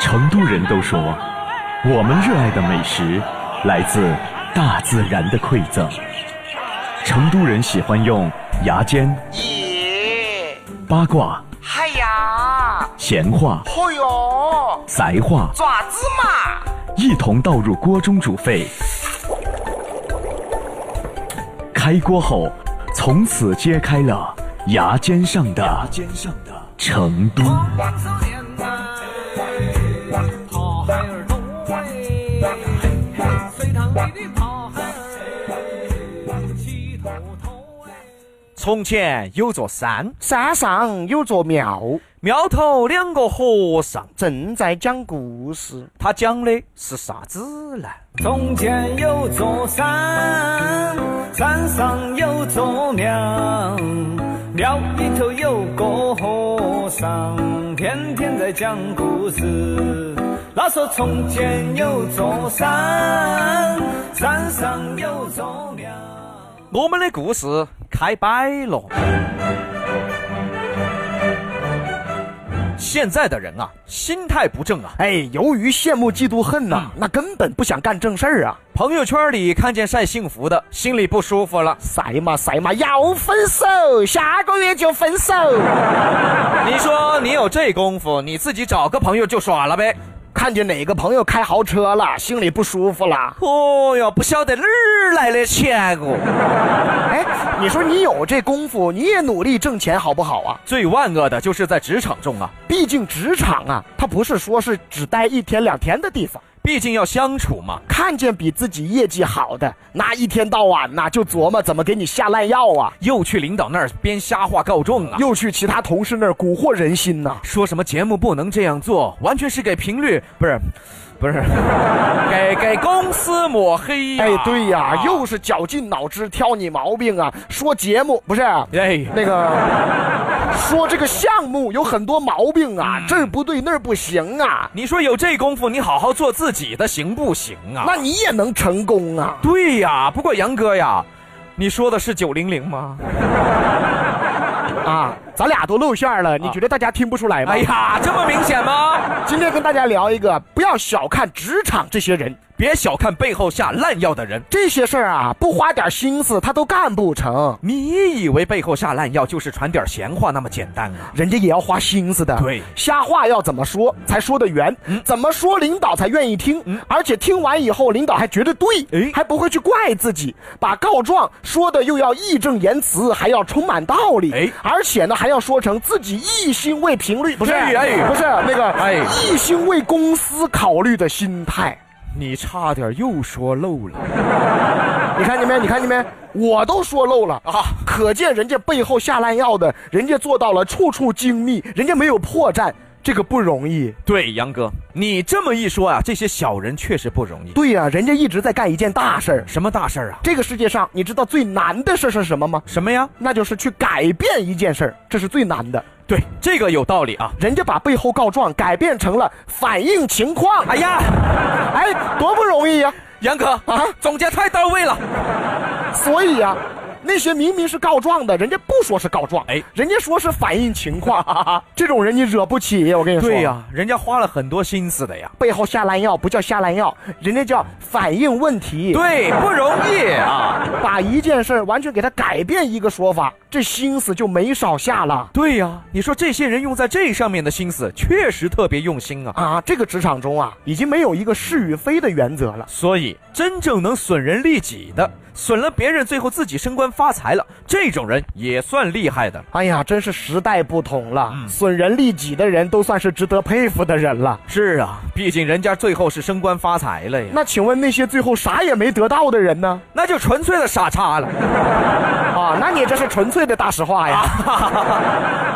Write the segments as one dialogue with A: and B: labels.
A: 成都人都说，我们热爱的美食来自大自然的馈赠。成都人喜欢用牙尖、
B: 耶！
A: 八卦、
B: 嗨哎呀！
A: 闲话、
B: 嚯哟！
A: 宅话
B: 爪子嘛！
A: 一同倒入锅中煮沸。开锅后，从此揭开了牙尖上的
C: 肩上的。
A: 成都。
C: 王子年代，跑海儿东哎，隋唐里的跑海儿，七头头哎。
D: 从前有座山，
B: 山上有座庙，
D: 庙头两个和尚，
B: 正在讲故事。
D: 他讲的是啥子呢？
C: 从前有座山，山上有座庙，庙里头有个和尚，天天在讲故事。他说从前有座山，山上有座庙。
D: 我们的故事开摆了。现在的人啊，心态不正啊。嗯
B: 哎，由于羡慕、嫉妒、恨呐、那根本不想干正事儿啊！
D: 朋友圈里看见晒幸福的，心里不舒服了。
B: 晒嘛晒嘛，要分手，下个月就分手。
D: 你说你有这功夫，你自己找个朋友就耍了呗。
B: 看见哪个朋友开豪车了，心里不舒服了。
D: 哦哟，不晓得哪儿来的钱哦。
B: 哎，你说你有这功夫，你也努力挣钱好不好啊？
D: 最万恶的就是在职场中啊，
B: 毕竟职场啊，它不是说是只待一天两天的地方。
D: 毕竟要相处嘛。
B: 看见比自己业绩好的，那一天到晚呐就琢磨怎么给你下烂药啊，
D: 又去领导那儿编瞎话告状啊，又
B: 又去其他同事那儿蛊惑人心呐、
D: 说什么节目不能这样做，完全是给频率不是，不是， 给给公司抹黑呀、
B: 哎，对呀、
D: 啊
B: 又是绞尽脑汁挑你毛病啊，说节目不是啊
D: 哎，
B: 那个，说这个项目有很多毛病啊，
D: 嗯
B: 这儿不对那儿不行啊，
D: 你说有这功夫，你好好做自己的行不行啊？
B: 那你也能成功啊？
D: 对呀、不过杨哥呀，你说的是九零零吗？
B: 啊，咱俩都露馅了，你觉得大家听不出来吗？
D: 啊哎呀，这么明显吗？
B: 今天跟大家聊一个，不要小看职场这些人。
D: 别小看背后下烂药的人，
B: 这些事儿啊，不花点心思，他都干不成。
D: 你以为背后下烂药就是传点闲话那么简单啊？
B: 人家也要花心思的。
D: 对嗯
B: 瞎话要怎么说才说得圆，怎么说领导才愿意听，而且听完以后领导还觉得对，
D: 哎
B: 还不会去怪自己。把告状说的又要义正言辞，还要充满道理，
D: 哎
B: 而且呢还要说成自己一心为频率，不是，
D: 哎哎
B: 不是那个，
D: 哎
B: 一心为公司考虑的心态。
D: 你差点又说漏了。
B: 你看见没？你看见没？我都说漏了啊！可见人家背后下烂药的，人家做到了处处精密，人家没有破绽，这个不容易。
D: 对，杨哥，你这么一说啊，这些小人确实不容易。
B: 对呀、人家一直在干一件大事儿。
D: 什么大事儿啊？
B: 这个世界上，你知道最难的事是什么吗？
D: 什么呀？
B: 那就是去改变一件事儿，这是最难的。
D: 对，这个有道理啊。
B: 人家把背后告状改变成了反映情况，
D: 哎
B: 哎
D: 呀，
B: 哎，多不容易呀、
D: 杨哥啊，总结太到位了。
B: 所以呀、那些明明是告状的，人家不说是告状，
D: 哎
B: 人家说是反映情况， 这种人你惹不起，我跟你说。
D: 对呀、人家花了很多心思的呀。
B: 背后下烂药不叫下烂药，人家叫反映问题。，
D: 对，不容易啊。
B: 把一件事儿完全给它改变一个说法，这心思就没少下了
D: 对呀、你说这些人用在这上面的心思，确实特别用心啊。
B: 啊！这个职场中啊，已经没有一个是与非的原则了。
D: 所以，真正能损人利己的，损了别人，最后自己升官发财了，这种人也算厉害的。
B: 哎呀，真是时代不同了，损人利己的人都算是值得佩服的人了。
D: 是啊，毕竟人家最后是升官发财了呀，
B: 那请问那些最后啥也没得到的人呢？
D: 那就纯粹的傻叉了。
B: 啊，那你这是纯粹的大实话呀！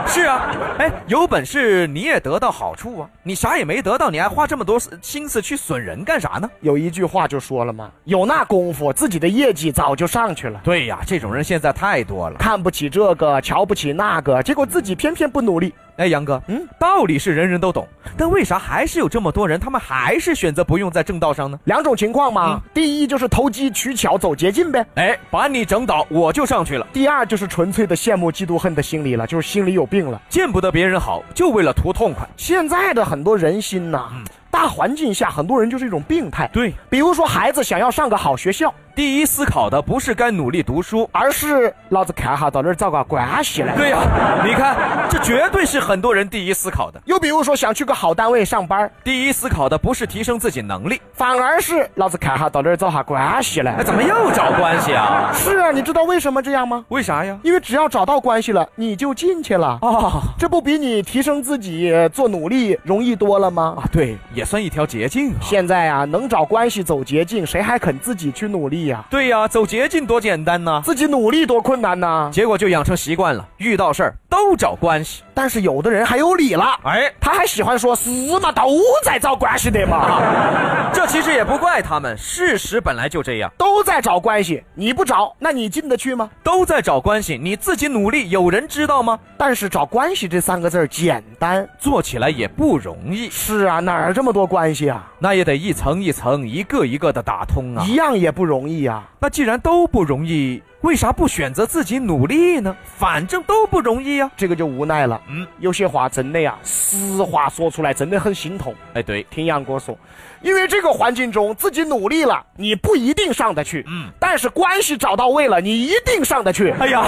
D: 是啊，哎，有本事你也得到好处啊！你啥也没得到，你还花这么多心思去损人干啥呢？
B: 有一句话就说了嘛，有那功夫，自己的业绩早就上去了。
D: 对呀，这种人现在太多了。
B: 看不起这个，瞧不起那个，结果自己偏偏不努力。
D: 哎，杨哥，嗯，道理是人人都懂，但为啥还是有这么多人，他们还是选择不用在正道上呢？
B: 两种情况嘛，第一就是投机取巧走捷径呗，
D: 哎，把你整倒，我就上去了，
B: 第二就是纯粹的羡慕嫉妒恨的心理了，就是心里有病了。
D: 见不得别人好，就为了图痛快。
B: 现在的很多人心呐、大环境下，很多人就是一种病态。
D: 对，
B: 比如说孩子想要上个好学校，
D: 第一思考的不是该努力读书，
B: 而是老子看哈到那儿找个关系来。
D: 对呀、你看，这绝对是很多人第一思考的。
B: 又比如说想去个好单位上班，
D: 第一思考的不是提升自己能力，
B: 反而是老子看哈到那儿找下关系
D: 哎，
B: 来。
D: 怎么又找关系啊？
B: 是啊，你知道为什么这样吗？
D: 为啥呀？
B: 因为只要找到关系了，你就进去了。
D: 哦，
B: 这不比你提升自己、做努力容易多了吗？
D: 啊，对，也算一条捷径啊。
B: 现在啊，能找关系走捷径，谁还肯自己去努力呀、
D: 对呀、走捷径多简单呢、
B: 自己努力多困难呐、
D: 结果就养成习惯了，遇到事儿都找关系。
B: 但是有的人还有理了，
D: 哎，
B: 他还喜欢说是嘛，都在找关系的嘛，
D: 这其实也不怪他们，事实本来就这样，
B: 都在找关系，你不找，那你进得去吗？
D: 都在找关系。你自己努力，有人知道吗？
B: 但是找关系这三个字儿简单，
D: 做起来也不容易，
B: 是啊，哪儿这么多关系啊？
D: 那也得一层一层、一个一个的打通啊。
B: 一样也不容易啊。
D: 那既然都不容易，为啥不选择自己努力呢？反正都不容易呀、啊
B: 这个就无奈了，
D: 嗯
B: 嗯，有些话真的呀，实话说出来真的很心痛。
D: 哎，对，
B: 听杨哥说，因为这个环境中自己努力了，你不一定上得去，
D: 嗯
B: 嗯，但是关系找到位了，你一定上得 去。
D: 哎呀，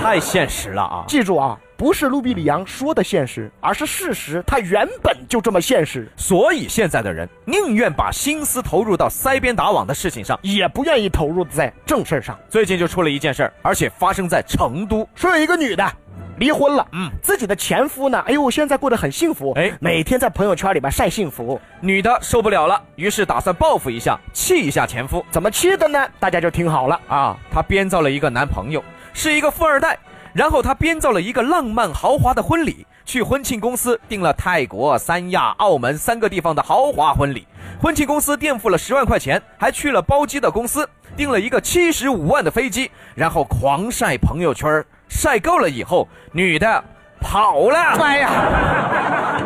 D: 太现实了啊！
B: 记住啊，不是陆必里昂说的现实，而是事实，它原本就这么现实，
D: 所以现在的人宁愿把心思投入到塞边打网的事情上。
B: 也不愿意投入在正事儿上。
D: 最近就出了一件事儿，而且发生在成都。
B: 说有一个女的。离婚了，
D: 嗯
B: 嗯，自己的前夫呢？哎呦，现在过得很幸福，
D: 哎
B: 哎，每天在朋友圈里边晒幸福，
D: 女的受不了了，于是打算报复一下，气一下前夫
B: 怎么气的呢？大家就听好了，
D: 啊。她编造了一个男朋友，是一个富二代，然后她编造了一个浪漫豪华的婚礼，去婚庆公司订了泰国、三亚、澳门三个地方的豪华婚礼。婚庆公司垫付了十万块钱，还去了包机的公司，订了一个七十五万的飞机，然后狂晒朋友圈儿，晒够了以后，女的跑了。
B: 哎呀，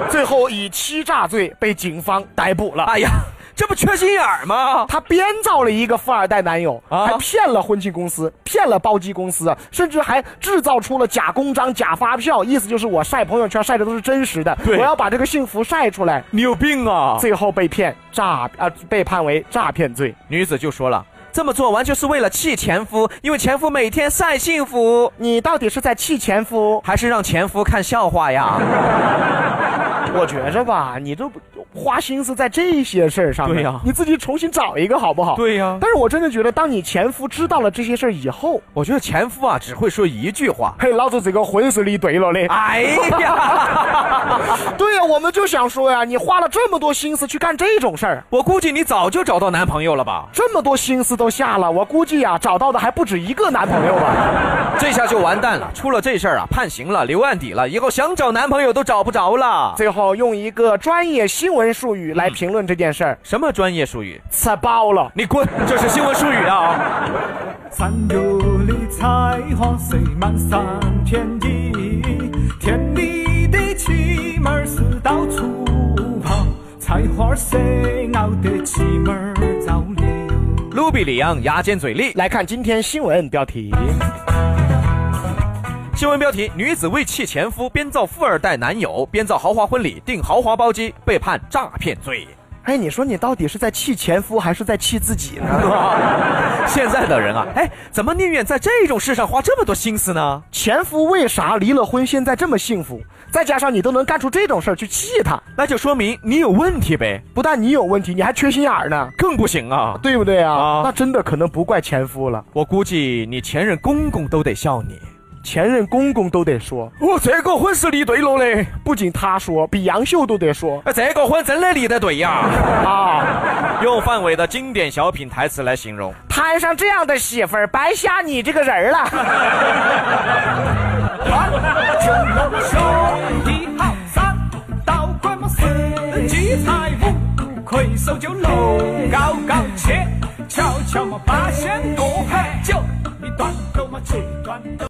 B: 最后以欺诈罪被警方逮捕了。
D: 哎呀，这不缺心眼儿吗？
B: 她编造了一个富二代男友，
D: 啊
B: 还骗了婚庆公司，骗了包机公司，甚至还制造出了假公章、假发票，意思就是我晒朋友圈晒的都是真实的，
D: 对
B: 我要把这个幸福晒出来。
D: 你有病啊！
B: 最后被骗诈啊、被判为诈骗罪。
D: 女子就说了，这么做完全是为了气前夫，因为前夫每天晒幸福，
B: 你到底是在气前夫？
D: 还是让前夫看笑话呀？
B: 我觉着吧，你都不花心思在这些事儿上面，
D: 对呀
B: 你自己重新找一个好不好？。
D: 呀、
B: 但是我真的觉得，当你前夫知道了这些事儿以后，
D: 我觉得前夫啊只会说一句话。
B: 嘿，老子这个婚是离对了嘞。
D: 哎呀，
B: 对呀、我们就想说呀，你花了这么多心思去干这种事儿，
D: 我估计你早就找到男朋友了吧？
B: 这么多心思都下了，我估计呀、找到的还不止一个男朋友吧。
D: 这下就完蛋了，出了这事儿啊，判刑了，留案底了，以后想找男朋友都找不着了。
B: 最后用一个专业新闻术语来评论这件事儿，
D: 什么专业术语？
B: 吃包了。
D: 你滚！这是新闻术语啊！
C: 山有里采花虽满山遍野，田里的妻妹儿是到处跑，采花谁熬得妻妹儿早了。
D: 卢比里昂牙尖嘴利，
B: 来看今天新闻标题：
D: 新闻标题：女子为气前夫编造富二代男友，编造豪华婚礼，订豪华包机，被判诈骗罪。
B: 哎，你说你到底是在气前夫还是在气自己呢？
D: 现在的人啊，哎，怎么宁愿在这种事上花这么多心思呢？
B: 前夫为啥离了婚现在这么幸福？再加上你都能干出这种事儿去气他，
D: 那就说明你有问题呗，
B: 不但你有问题，你还缺心眼儿呢，
D: 更不行啊！
B: 对不对啊？
D: 啊
B: 那真的可能不怪前夫了，
D: 我估计你前任公公都得笑你。
B: 前任公公都得说。
D: 我这个婚是离对了嘞，
B: 不仅他说，比杨秀都得说
D: 哎，这个婚真的离得对呀！
B: 啊！
D: 用范伟的经典小品台词来形容。
B: 摊上这样的媳妇儿，白瞎你这个人儿了。
C: 兄弟好三道关么四季财五魁首就楼高高切，悄悄么八仙过海酒，一段都么七段都。